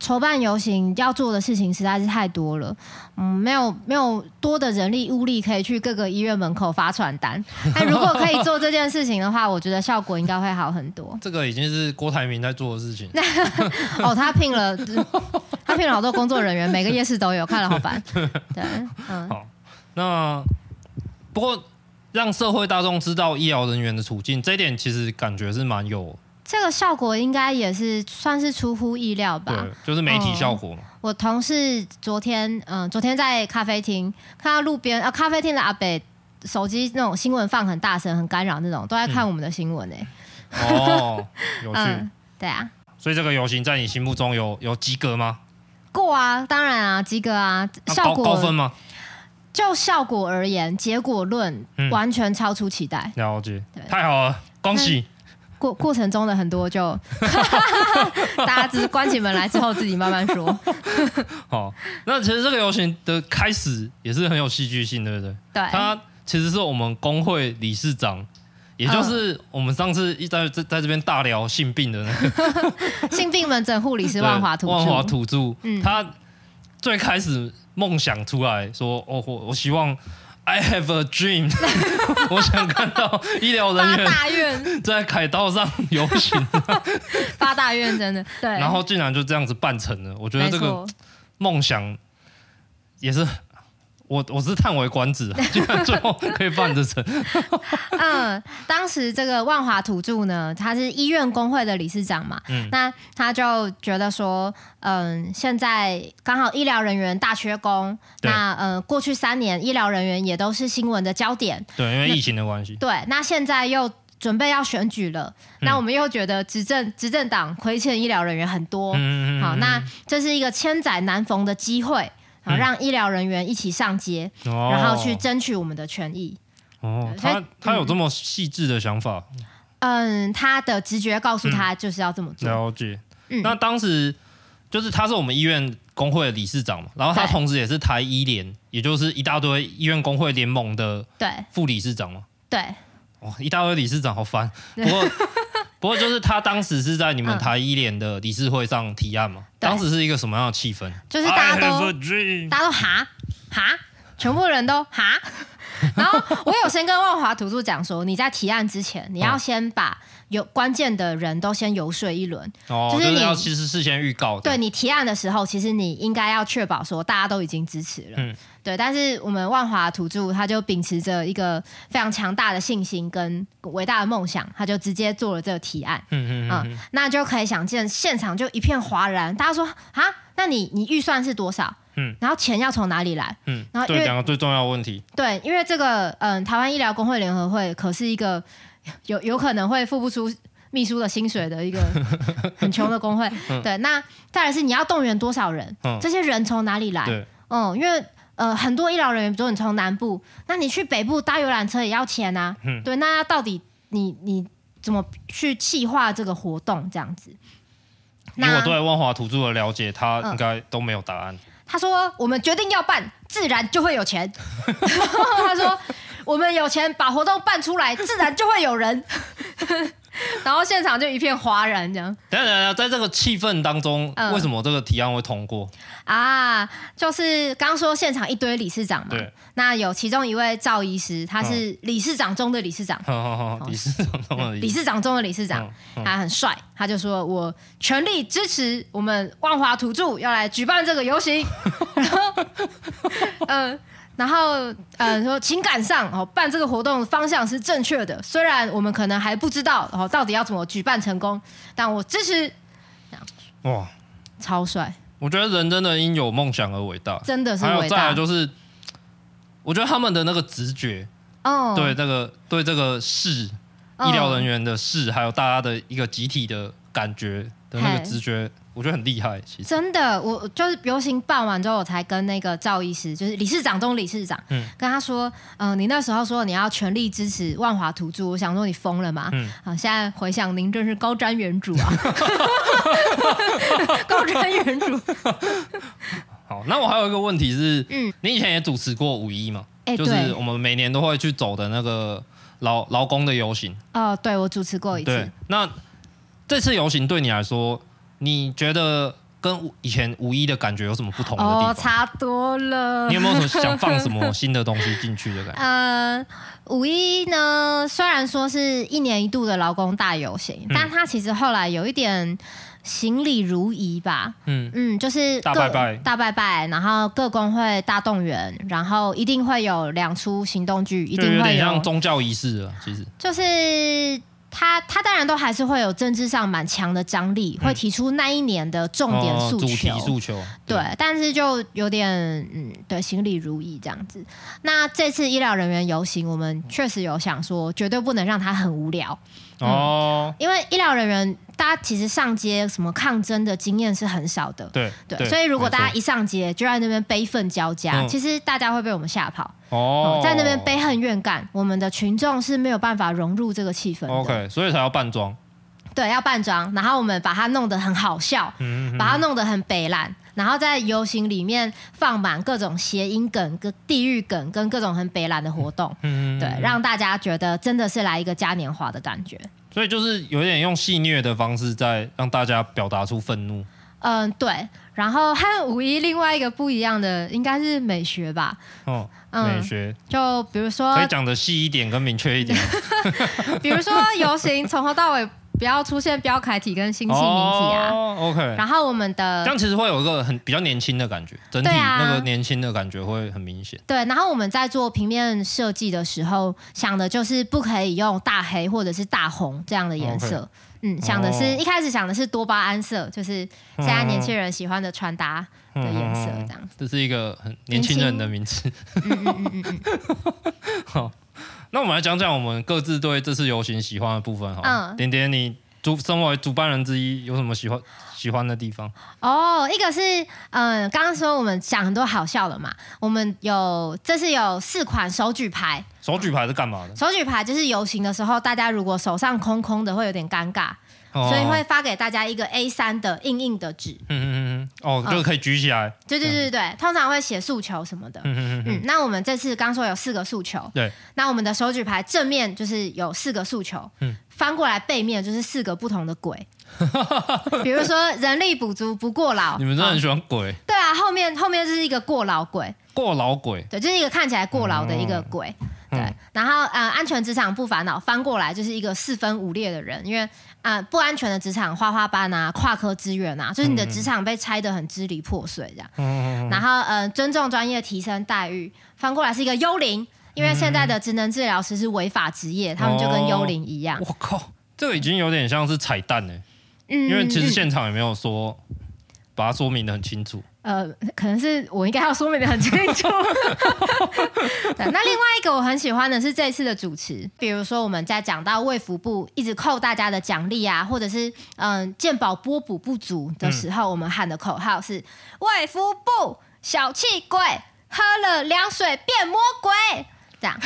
Speaker 2: 筹办游行要做的事情实在是太多了，嗯，没有没有多的人力物力可以去各个医院门口发传单。 但如果可以做这件事情的话，我觉得效果应该会好很多。
Speaker 3: 这个已经是郭台铭在做的事情。
Speaker 2: 哦，他聘了， 他聘了好多工作人员，每个夜市都有，看了好烦。对，嗯，
Speaker 3: 那不过让社会大众知道医疗人员的处境，这一点其实感觉是蛮有
Speaker 2: 这个效果应该也是算是出乎意料吧
Speaker 3: 对。，就是媒体效果嘛。
Speaker 2: 我同事昨天，嗯，昨天在咖啡厅看到路边啊，咖啡厅的阿北手机那种新闻放很大声，很干扰那种，都在看我们的新闻呢、
Speaker 3: 哦，有趣。
Speaker 2: 嗯，对啊，
Speaker 3: 所以这个游行在你心目中有有及格吗？
Speaker 2: 过啊，当然啊，及格啊，
Speaker 3: 啊
Speaker 2: 效
Speaker 3: 高
Speaker 2: 果、
Speaker 3: 高分吗？
Speaker 2: 就效果而言，结果论、
Speaker 3: 嗯
Speaker 2: 完全超出期待。
Speaker 3: 了解
Speaker 2: 对，
Speaker 3: 太好了，恭喜！
Speaker 2: 过过程中的很多就， 大家只是关起门来之后自己慢慢说。
Speaker 3: 好，那其实这个游行的开始也是很有戏剧性，对不对？
Speaker 2: 对，
Speaker 3: 他其实是我们工会理事长，也
Speaker 2: 嗯
Speaker 3: 就是我们上次一在在在这边大聊性病的那 个
Speaker 2: 性病门诊护理师万华土
Speaker 3: 对万华
Speaker 2: 著，
Speaker 3: 土著，
Speaker 2: 嗯
Speaker 3: 他最开始梦想出来说：“哦，我我希望 I have a dream，我 想看到医疗
Speaker 2: 发
Speaker 3: 人员
Speaker 2: 大愿，
Speaker 3: 在凯道上游行。
Speaker 2: 发大愿，真的” 对。
Speaker 3: 然后竟然就这样子办成了。我觉得
Speaker 2: 没
Speaker 3: 这个
Speaker 2: 错，
Speaker 3: 梦想也是。我我是叹为观止啊， 竟然最后可以办得成，
Speaker 2: 嗯，当时这个万华土著呢，他是医院工会的理事长嘛，
Speaker 3: 嗯
Speaker 2: 那他就觉得说，嗯，现在刚好医疗人员大缺工，
Speaker 3: 对
Speaker 2: 那呃，过去三年医疗人员也都是新闻的焦点，
Speaker 3: 对，因为疫情的关 系，
Speaker 2: 对，那现在又准备要选举了，
Speaker 3: 嗯
Speaker 2: 那我们又觉得执政执政党亏欠医疗人员很多，
Speaker 3: 嗯
Speaker 2: 哦好，那这是一个千载难逢的机会，好
Speaker 3: 嗯
Speaker 2: 让医疗人员一起上街，然后去争取我们的权益。
Speaker 3: 哦，
Speaker 2: 对所以
Speaker 3: 他他有这么细致的想法，
Speaker 2: 嗯，他的直觉告诉他就是要这么做。
Speaker 3: 嗯了解。
Speaker 2: 嗯
Speaker 3: 那当时就是他是我们医院工会的理事长嘛，然后他
Speaker 2: 对
Speaker 3: 同时也是台医联，也就是一大堆医院工会联盟的
Speaker 2: 对
Speaker 3: 副理事长嘛。
Speaker 2: 对
Speaker 3: 哇、一大堆理事长好烦。不过 不过就是他当时是在你们台医联的理事会上提案嘛，
Speaker 2: 嗯对
Speaker 3: 当时是一个什么样的气氛？
Speaker 2: 就是大家都
Speaker 3: I have a dream
Speaker 2: 大家都哈哈，全部人都哈。 然后我有先跟万华土著讲说，你在提案之前，你要
Speaker 3: 嗯
Speaker 2: 先把有关键的人都先游说一轮。
Speaker 3: 哦，
Speaker 2: 就
Speaker 3: 就是是
Speaker 2: 你
Speaker 3: 要其实事先预告的，
Speaker 2: 对你提案的时候，其实你应该要确保说大家都已经支持了，
Speaker 3: 嗯
Speaker 2: 对。但是我们万华土著他就秉持着一个非常强大的信心跟伟大的梦想，他就直接做了这个提案，
Speaker 3: 嗯，嗯
Speaker 2: 啊、
Speaker 3: 嗯嗯，
Speaker 2: 那就可以想见现场就一片哗然，大家说啊，那你你预算是多少？
Speaker 3: 嗯
Speaker 2: 然后钱要从哪里来？
Speaker 3: 嗯，
Speaker 2: 然后因为
Speaker 3: 对两个最重要的问题，
Speaker 2: 对，因为这个嗯，台湾医疗工会联合会可是一个有有可能会付不出秘书的薪水的一个 很穷的工会。对，那再来是你要动员多少人？
Speaker 3: 嗯
Speaker 2: 这些人从哪里来？
Speaker 3: 对，
Speaker 2: 嗯，因为呃很多医疗人员，比如说你从南部，那你去北部搭游览车也要钱啊。
Speaker 3: 嗯
Speaker 2: 对，那到底你你怎么去计划这个活动这样子？
Speaker 3: 以我对万华土著的了解，他
Speaker 2: 嗯
Speaker 3: 应该都没有答案。
Speaker 2: 他说：“我们决定要办，自然就会有钱。” 他说：“我们有钱把活动办出来，自然就会有人。” 然后现场就一片哗然，这样
Speaker 3: 等一下等一下，在这个气氛当中，
Speaker 2: 嗯
Speaker 3: 为什么这个提案会通过？
Speaker 2: 啊，就是刚说现场一堆理事长嘛
Speaker 3: 对，嗯
Speaker 2: 那有其中一位赵医师，他是理事长中的理事长，
Speaker 3: 好好好，理嗯事长通过的
Speaker 2: 理
Speaker 3: 意思
Speaker 2: 事长中的理事哦长，他很帅，他就说：“我全力支持我们万华土著要来举办这个 游行。”然后，嗯、然后嗯、说情感上哦，办这个活动的方向是正确的，虽然我们可能还不知道哦到底要怎么举办成功，但我支持。
Speaker 3: 嗯哇，
Speaker 2: 超帅，
Speaker 3: 我觉得人真的因有梦想而伟大。
Speaker 2: 真的是
Speaker 3: 还有
Speaker 2: 伟
Speaker 3: 再
Speaker 2: 大
Speaker 3: 来。就是，我觉得他们的那个直觉，
Speaker 2: 哦，
Speaker 3: 对这个对这个事，
Speaker 2: 嗯
Speaker 3: 医疗人员的事，还有大家的一个集体的感觉的那
Speaker 2: 嘿
Speaker 3: 个直觉，我觉得很厉害。其实，
Speaker 2: 真的，我我就是游行办完之后，我才跟那个赵医师，就是理事长中理事长，
Speaker 3: 嗯
Speaker 2: 跟他说，嗯、你那时候说你要全力支持万华土著，我想说你疯了嘛，
Speaker 3: 嗯
Speaker 2: 好，现在回想您真是高瞻远瞩 啊，高瞻远瞩，
Speaker 3: 好，那我还有一个问题是，
Speaker 2: 嗯
Speaker 3: 你以前也主持过五一嘛？
Speaker 2: 哎、
Speaker 3: 就是
Speaker 2: 对
Speaker 3: 我，们每年都会去走的那个劳劳工的游行。
Speaker 2: 哦，对我主持过一
Speaker 3: 对
Speaker 2: 次，，
Speaker 3: 那这次游行对你来说，你觉得跟以前五一的感觉有什么不同的
Speaker 2: 哦，
Speaker 3: 地方？
Speaker 2: 差多了
Speaker 3: 你。有没有什么想放什么新的东西进去的感觉？
Speaker 2: 呃，五一呢，虽然说是一年一度的劳工大游行，
Speaker 3: 嗯
Speaker 2: 但它其实后来有一点行礼如仪吧，
Speaker 3: 嗯，
Speaker 2: 嗯，就是
Speaker 3: 大
Speaker 2: 各
Speaker 3: 拜拜
Speaker 2: 大拜拜，然后各工会大动员，然后一定会有两出行动剧，一
Speaker 3: 就有
Speaker 2: 定会
Speaker 3: 点像宗教仪式了。其实，
Speaker 2: 就是。他他当然都还是会有政治上蛮强的张力，会提出那一年的重点
Speaker 3: 嗯哦
Speaker 2: 诉
Speaker 3: 主题
Speaker 2: 求，
Speaker 3: 诉求，
Speaker 2: 对，但是就有点嗯，对，行礼如仪这样子。那这次医疗人员游行，我们确实有想说，绝对不能让他很无聊，
Speaker 3: 哦，
Speaker 2: 因为医疗人员大家其实上街什么抗争的经验是很少的，
Speaker 3: 对
Speaker 2: 对，所以如果大家一上街就在那边悲愤交加，
Speaker 3: 嗯
Speaker 2: 其实大家会被我们吓跑，
Speaker 3: 哦
Speaker 2: 哦在那边悲恨怨干，我们的群众是没有办法融入这个气氛的。
Speaker 3: 哦，OK，所以才要扮装。
Speaker 2: 对，要扮装，然后我们把它弄得很好笑，
Speaker 3: 嗯，
Speaker 2: 把它弄得很北烂，然后在游行里面放满各种谐音梗、跟地域梗跟各种很北烂的活动，
Speaker 3: 嗯
Speaker 2: 对，让大家觉得真的是来一个嘉年华的感觉。
Speaker 3: 所以就是有点用戏谑的方式在让大家表达出愤怒。
Speaker 2: 嗯，对。然后和五一另外一个不一样的应该是美学吧，
Speaker 3: 哦，
Speaker 2: 嗯
Speaker 3: 美学、
Speaker 2: 就比如说
Speaker 3: 可以讲的细一点跟明确一点。
Speaker 2: 比如说游行从头到尾不要出现标楷体跟新器名体啊。
Speaker 3: 哦，OK。
Speaker 2: 然后我们
Speaker 3: 这
Speaker 2: 的
Speaker 3: 样其实会有一个很比较年轻的感觉，整体
Speaker 2: 对啊
Speaker 3: 那个年轻的感觉会很明显。
Speaker 2: 对，然后我们在做平面设计的时候，想的就是不可以用大黑或者是大红这样的颜色。嗯，想的是、
Speaker 3: 哦
Speaker 2: 一开始想的是多巴胺色，就是现在年轻人喜欢的穿搭的颜色
Speaker 3: 嗯
Speaker 2: 这样子。嗯
Speaker 3: 这是一个很年轻人的名字。嗯好，那我们来讲讲我们各自对这次游行喜欢的部分好了。
Speaker 2: 嗯
Speaker 3: 点点，你主身为主办人之一，有什么喜欢喜欢的地方？
Speaker 2: 哦，一个是嗯，刚刚说我们讲很多好笑的嘛，我们有这是有四款手举牌，
Speaker 3: 手举牌是干嘛的？
Speaker 2: 手举牌就是游行的时候，大家如果手上空空的会有点尴尬，
Speaker 3: 哦
Speaker 2: 所以会发给大家一个 A 三的硬硬的纸。
Speaker 3: 嗯嗯嗯嗯，哦，就可以举起来。
Speaker 2: 对对对对对，通常会写诉求什么的。
Speaker 3: 嗯嗯嗯嗯
Speaker 2: 嗯，那我们这次刚说有四个诉求，
Speaker 3: 对，
Speaker 2: 那我们的手举牌正面就是有四个诉求，
Speaker 3: 嗯
Speaker 2: 翻过来背面就是四个不同的 鬼，比如说人力补足不过劳，
Speaker 3: 你们真的很
Speaker 2: 哦
Speaker 3: 喜欢鬼，
Speaker 2: 对啊，后面后面就是一个过劳鬼，
Speaker 3: 过劳鬼。
Speaker 2: 对，就是一个看起来过劳的一个鬼。
Speaker 3: 嗯
Speaker 2: 对，然后呃，安全职场不烦恼，翻过来就是一个四分五裂的人，因为啊、呃不安全的职场花花班啊，跨科资源啊，就是你的职场被拆得很支离破碎这样。
Speaker 3: 嗯嗯嗯
Speaker 2: 然后呃，尊重专业，提升待遇，翻过来是一个幽灵，因为现在的职能治疗师是违法职业，他们就跟幽灵一样
Speaker 3: 嗯，。我靠，这个已经有点像是彩蛋呢，
Speaker 2: 嗯，
Speaker 3: 因为其实
Speaker 2: 嗯
Speaker 3: 现场也没有说把它说明的很清楚。
Speaker 2: 呃，可能是我应该要说明的很清 楚。对，那另外一个我很喜欢的是这一次的主持，比如说我们在讲到卫福部一直扣大家的奖励啊，或者是嗯、健保拨补不足的时
Speaker 3: 嗯
Speaker 2: 候，我们喊的口号是“卫福部小气鬼，喝了凉水变魔鬼”。这 样，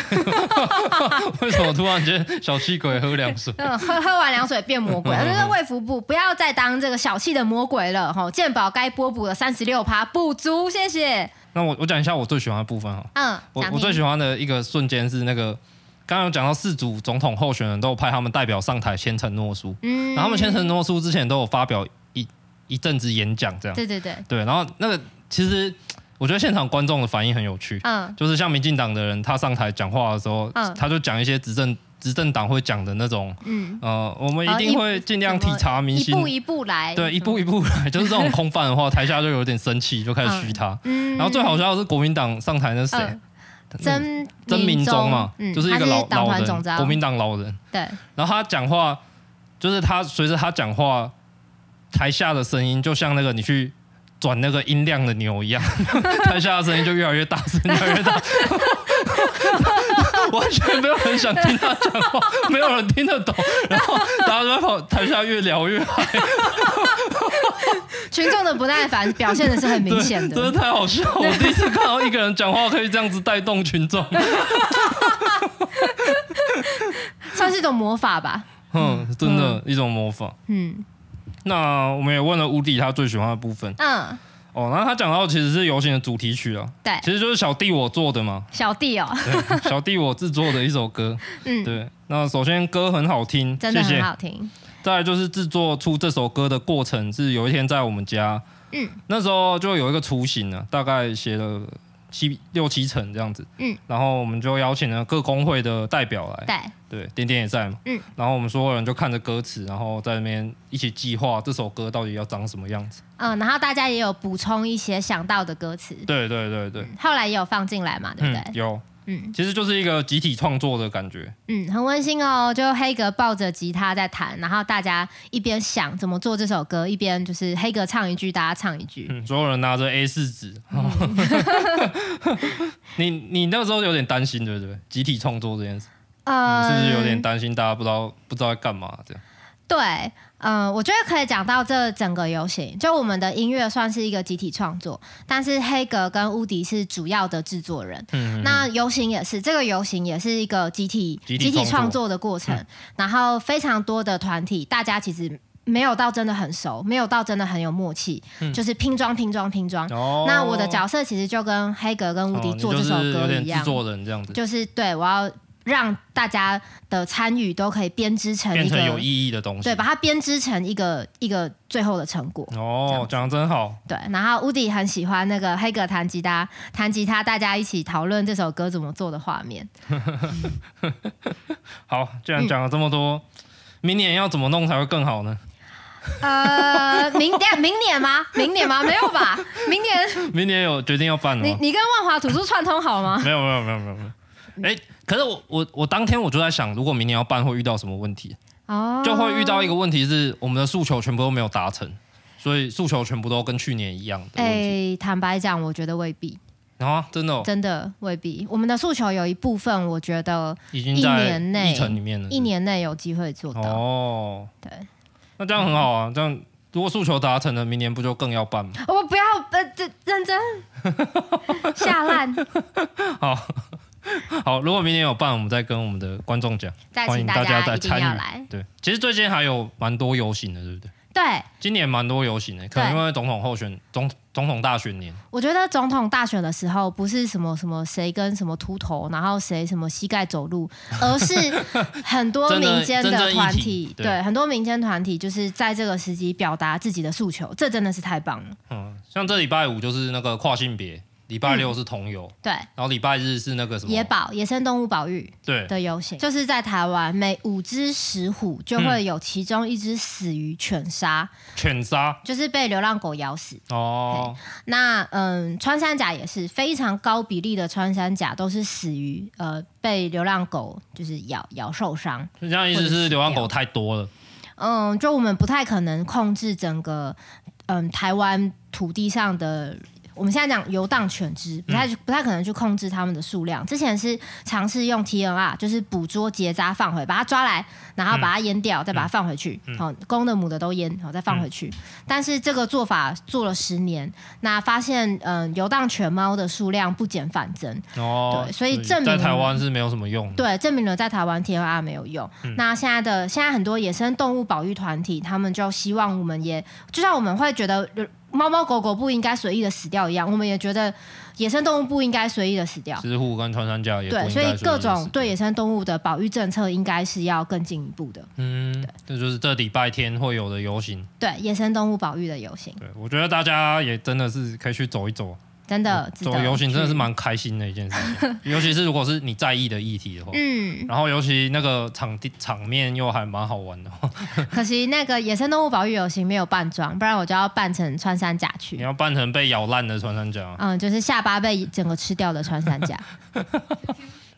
Speaker 3: 为什么突然间小气鬼喝凉水？
Speaker 2: 嗯，喝喝完凉水变魔鬼，就是卫福部不要再当这个小气的魔鬼了，吼，健保该拨补的三十六趴补足，谢谢。
Speaker 3: 那我我讲一下我最喜欢的部分哈。
Speaker 2: 嗯，
Speaker 3: 我
Speaker 2: 讲
Speaker 3: 我
Speaker 2: 你
Speaker 3: 最喜欢的一个瞬间是那个，刚刚有讲到四组总统候选人都有派他们代表上台签承诺书，
Speaker 2: 嗯
Speaker 3: 然后他们签承诺书之前都有发表一一阵子演讲这样。
Speaker 2: 对对对，
Speaker 3: 对，然后那个其实我觉得现场观众的反应很有趣，
Speaker 2: 嗯
Speaker 3: 就是像民进党的人他上台讲话的时候，
Speaker 2: 嗯
Speaker 3: 他就讲一些执政执政党会讲的那种，
Speaker 2: 嗯，
Speaker 3: 呃，我们一
Speaker 2: 哦一
Speaker 3: 定会尽量体察民
Speaker 2: 一
Speaker 3: 心，
Speaker 2: 步一步来，
Speaker 3: 对，一步一步来， 就是这种空泛的话，台下就有点生气，就开始嘘他。
Speaker 2: 嗯，
Speaker 3: 然后最好嗯笑的是国民党上台那谁，
Speaker 2: 嗯曾
Speaker 3: 曾明
Speaker 2: 忠
Speaker 3: 忠嘛，
Speaker 2: 嗯，
Speaker 3: 就是一个
Speaker 2: 他
Speaker 3: 老
Speaker 2: 党
Speaker 3: 老
Speaker 2: 团总
Speaker 3: 人，
Speaker 2: 召，
Speaker 3: 国民党老人。
Speaker 2: 对，
Speaker 3: 然后他讲话，就是他随着他讲话，台下的声音就像那个你去转那个音量的牛一样， 台下的声音就越来越大声，越来越大。 完全没有人想听他讲话，没有人听得懂，然后大家都在跑台下越聊越好，
Speaker 2: 群众的不耐 烦表现的是很明显
Speaker 3: 真的
Speaker 2: 的，
Speaker 3: 太好笑了！我第一次看到一个人讲话可以这样子带动群 众，
Speaker 2: 算是一种魔法吧，
Speaker 3: 嗯，真的一种模仿。
Speaker 2: 嗯
Speaker 3: 那我们也问了吴迪他最喜欢的部分，
Speaker 2: 嗯，
Speaker 3: 哦，那他讲到其实是游行的主题曲啊，
Speaker 2: 对，
Speaker 3: 其实就是小弟我做的 嘛，
Speaker 2: 小弟哦，
Speaker 3: 对小弟我制作的一首歌。
Speaker 2: 嗯，
Speaker 3: 对，那首先歌很好听，
Speaker 2: 真
Speaker 3: 谢
Speaker 2: 的
Speaker 3: 谢
Speaker 2: 很。好听，
Speaker 3: 再来就是制作出这首歌的过程是有一天在我们家，
Speaker 2: 嗯，
Speaker 3: 那时候就有一个雏形了、大概写了七六七成这样子，
Speaker 2: 嗯，
Speaker 3: 然后我们就邀请了各工会的代表来，
Speaker 2: 对，
Speaker 3: 对，点点也在嘛，
Speaker 2: 嗯，
Speaker 3: 然后我们所有人就看着歌词，然后在那边一起计划这首歌到底要长什么样子。
Speaker 2: 嗯，然后大家也有补充一些想到的歌词，
Speaker 3: 对对对对，
Speaker 2: 后来也有放进来嘛，对不对？
Speaker 3: 有，
Speaker 2: 嗯
Speaker 3: 其实就是一个集体创作的感觉。
Speaker 2: 嗯，很温馨哦。就黑格抱着吉他在弹，然后大家一边想怎么做这首歌，一边就是黑格唱一句，大家唱一句。
Speaker 3: 嗯，所有人拿着 A 四纸。
Speaker 2: 嗯
Speaker 3: 哦 你你那时候有点担心，对不对？集体创作这件事，你
Speaker 2: 呃
Speaker 3: 是不是有点担心大家不知道不知道在干嘛这样？
Speaker 2: 对，嗯、我觉得可以讲到这整个游行，就我们的音乐算是一个集体创作，但是黑格跟乌迪是主要的制作人。
Speaker 3: 嗯，
Speaker 2: 那游行也是，这个游行也是一个集体
Speaker 3: 集体创
Speaker 2: 体
Speaker 3: 作嗯
Speaker 2: 创作的过程，然后非常多的团体，大家其实没有到真的很熟，没有到真的很有默契，
Speaker 3: 嗯
Speaker 2: 就是拼装拼装拼装。
Speaker 3: 哦
Speaker 2: 那我的角色其实就跟黑格跟乌迪
Speaker 3: 哦你
Speaker 2: 做这首
Speaker 3: 就是有
Speaker 2: 歌
Speaker 3: 点
Speaker 2: 一样，
Speaker 3: 制作人这样子，
Speaker 2: 就是对我要让大家的参与都可以编织成
Speaker 3: 变
Speaker 2: 一
Speaker 3: 成有
Speaker 2: 个，
Speaker 3: 意义的东西。
Speaker 2: 对，把它编织成一个一个最后的成果。
Speaker 3: 哦，讲的真好，
Speaker 2: 对，然后乌迪很喜欢那个黑格弹吉他，弹吉他大家一起讨论这首歌怎么做的画面。
Speaker 3: 好，既然讲了这么多，明年要怎么弄才会更好呢？
Speaker 2: 呃，明年明年吗？明年吗？没有吧？明年
Speaker 3: 明年有决定要办了
Speaker 2: 你
Speaker 3: 吗？
Speaker 2: 你跟万华土著串通好吗？
Speaker 3: 没有，没有，没有，没有，没
Speaker 2: 嗯
Speaker 3: 有。哎、可是我我我当天我就在想，如果明年要办，会遇到什么问题？
Speaker 2: 哦，
Speaker 3: 就会遇到一个问题是，我们的诉求全部都没有达成，所以诉求全部都跟去年一样的
Speaker 2: 哎、
Speaker 3: 问题。
Speaker 2: 坦白讲，我觉得未必，
Speaker 3: 然后真的哦、
Speaker 2: 真的未必。我们的诉求有一部分，我觉得
Speaker 3: 已经
Speaker 2: 一
Speaker 3: 在
Speaker 2: 年内
Speaker 3: 议程里面了，
Speaker 2: 一年内有机会做到。
Speaker 3: 嗯哦，
Speaker 2: 对，
Speaker 3: 那这样很好啊，这样。如果诉求达成了，明年不就更要办 吗？
Speaker 2: 我不要呃，这认真 下烂，
Speaker 3: 好好，如果明年有办，我们再跟我们的观众讲。
Speaker 2: 再
Speaker 3: 欢
Speaker 2: 请
Speaker 3: 迎大家
Speaker 2: 家
Speaker 3: 再
Speaker 2: 一定
Speaker 3: 参
Speaker 2: 要
Speaker 3: 与
Speaker 2: 来。
Speaker 3: 对，其实最近还有蛮多游行的，对不对？
Speaker 2: 对，
Speaker 3: 今年蛮多游行的，可能因为总统候选总总统大选年，
Speaker 2: 我觉得总统大选的时候，不是什么什么谁跟什么秃头，然后谁什么膝盖走路，而是很多
Speaker 3: 真的
Speaker 2: 民间
Speaker 3: 真正
Speaker 2: 的
Speaker 3: 议
Speaker 2: 团
Speaker 3: 题
Speaker 2: 体，
Speaker 3: 对
Speaker 2: 对很多民间团体就是在这个时机表达自己的诉求，这真的是太棒了。
Speaker 3: 嗯，像这礼拜五就是那个跨性别，礼拜六是同游，
Speaker 2: 对，
Speaker 3: 然后礼拜日是那个什么
Speaker 2: 嗯野保野生动物保育
Speaker 3: 对，
Speaker 2: 的游行，就是在台湾，每五只石虎就
Speaker 3: 嗯
Speaker 2: 会有其中一只死于犬杀，
Speaker 3: 犬杀
Speaker 2: 就是被流浪狗咬死。
Speaker 3: 哦，
Speaker 2: 那嗯，穿山甲也是非常高比例的穿山甲都是死于呃被流浪狗就是咬咬受伤。
Speaker 3: 这样意思是流浪狗太多了，
Speaker 2: 嗯，就我们不太可能控制整个嗯台湾土地上的。我们现在讲游荡犬只，不太不太可能去控制它们的数量。之前是尝试用 TNR，就是捕捉、结扎、放回，把它抓来，然后把它淹掉，再把它放回去。好、公的母的都淹，好再放回去。但是这个做法做了十年，那发现嗯游荡犬猫的数量不减反增，
Speaker 3: 哦，
Speaker 2: 对所以证
Speaker 3: 在
Speaker 2: 明
Speaker 3: 台湾是没有什么用的，
Speaker 2: 对，证明了在台湾 TLR 没有用。
Speaker 3: 嗯
Speaker 2: 那现在的现在很多野生动物保育团体，他们就希望我们也，就像我们会觉得呃猫猫狗狗不应该随意的死掉一样，我们也觉得野生动物不应该随意的死掉。
Speaker 3: 知户跟穿山甲也不
Speaker 2: 啊对，
Speaker 3: 应
Speaker 2: 所
Speaker 3: 该
Speaker 2: 以
Speaker 3: 随
Speaker 2: 各
Speaker 3: 意
Speaker 2: 种
Speaker 3: 死
Speaker 2: 对野生动物的保育政策应该是要更进一步的。
Speaker 3: 嗯，这就是这礼拜天会有的游行。
Speaker 2: 对，野生动物保育的游行
Speaker 3: 对，我觉得大家也真的是可以去走一走，
Speaker 2: 真的值
Speaker 3: 走
Speaker 2: 得
Speaker 3: 哦游行真的是
Speaker 2: 去
Speaker 3: 蛮开心的一件事 情，尤其是如果是你在意的议题的话，
Speaker 2: 嗯，
Speaker 3: 然后尤其那个场地场面又还蛮好玩的话，
Speaker 2: 可惜那个野生动物保育游行没有扮装，不然我就要扮成穿山甲去
Speaker 3: 你。要扮成被咬烂的穿山甲。
Speaker 2: 嗯，就是下巴被整个吃掉的穿山甲。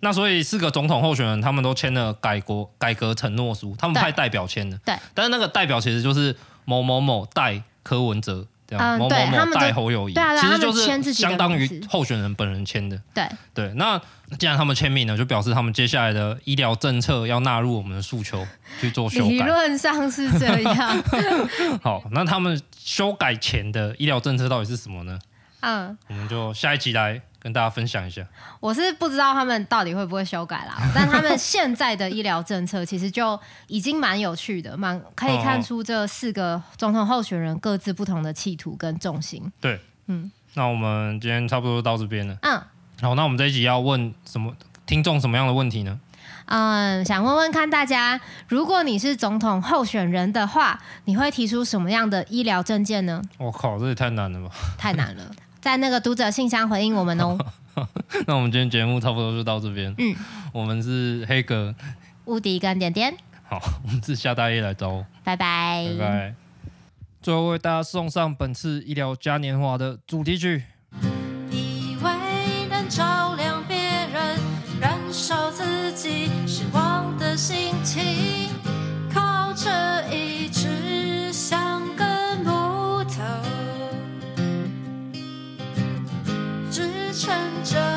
Speaker 3: 那所以四个总统候选人他们都签了改国改革承诺书，他们
Speaker 2: 对
Speaker 3: 派代表签的。
Speaker 2: 对，
Speaker 3: 但是那个代表其实就是某某某代柯文哲这样，
Speaker 2: 嗯
Speaker 3: 某某
Speaker 2: 对他
Speaker 3: 某
Speaker 2: 们就
Speaker 3: 代侯友谊，
Speaker 2: 对啊对啊
Speaker 3: 其实
Speaker 2: 他们
Speaker 3: 就
Speaker 2: 签
Speaker 3: 是
Speaker 2: 自己的
Speaker 3: 相当
Speaker 2: 名
Speaker 3: 于
Speaker 2: 字
Speaker 3: 候选人本人签的。
Speaker 2: 对，
Speaker 3: 对，那既然他们签名了，就表示他们接下来的医疗政策要纳入我们的诉求去做修
Speaker 2: 理
Speaker 3: 改。
Speaker 2: 论上是这样，
Speaker 3: 好，那他们修改前的医疗政策到底是什么呢？
Speaker 2: 嗯，
Speaker 3: 我们就下一集来跟大家分享一下。
Speaker 2: 我是不知道他们到底会不会修改啦，但他们现在的医疗政策其实就已经蛮有趣的，蛮可以看出这四个总统候选人各自不同的企图跟重心。
Speaker 3: 那我们今天差不多到这边了。
Speaker 2: 嗯
Speaker 3: 好，那我们这一集要问什么听众什么样的问题呢？
Speaker 2: 嗯，想问问看大家，如果你是总统候选人的话，你会提出什么样的医疗政见呢？
Speaker 3: 我靠，这也太难了吧！
Speaker 2: 太难了，在那个读者信箱回应我们哦。
Speaker 3: 那我们今天节目差不多就到这边。
Speaker 2: 嗯，
Speaker 3: 我们是黑哥，
Speaker 2: 无敌跟点点，
Speaker 3: 好，我们是夏大爷来找我。
Speaker 2: 拜拜。
Speaker 3: 拜拜。最后为大家送上本次医疗嘉年华的主题曲。
Speaker 4: 以为能照亮别人，燃烧自己失望的心情，靠着一只香根木头，支撑着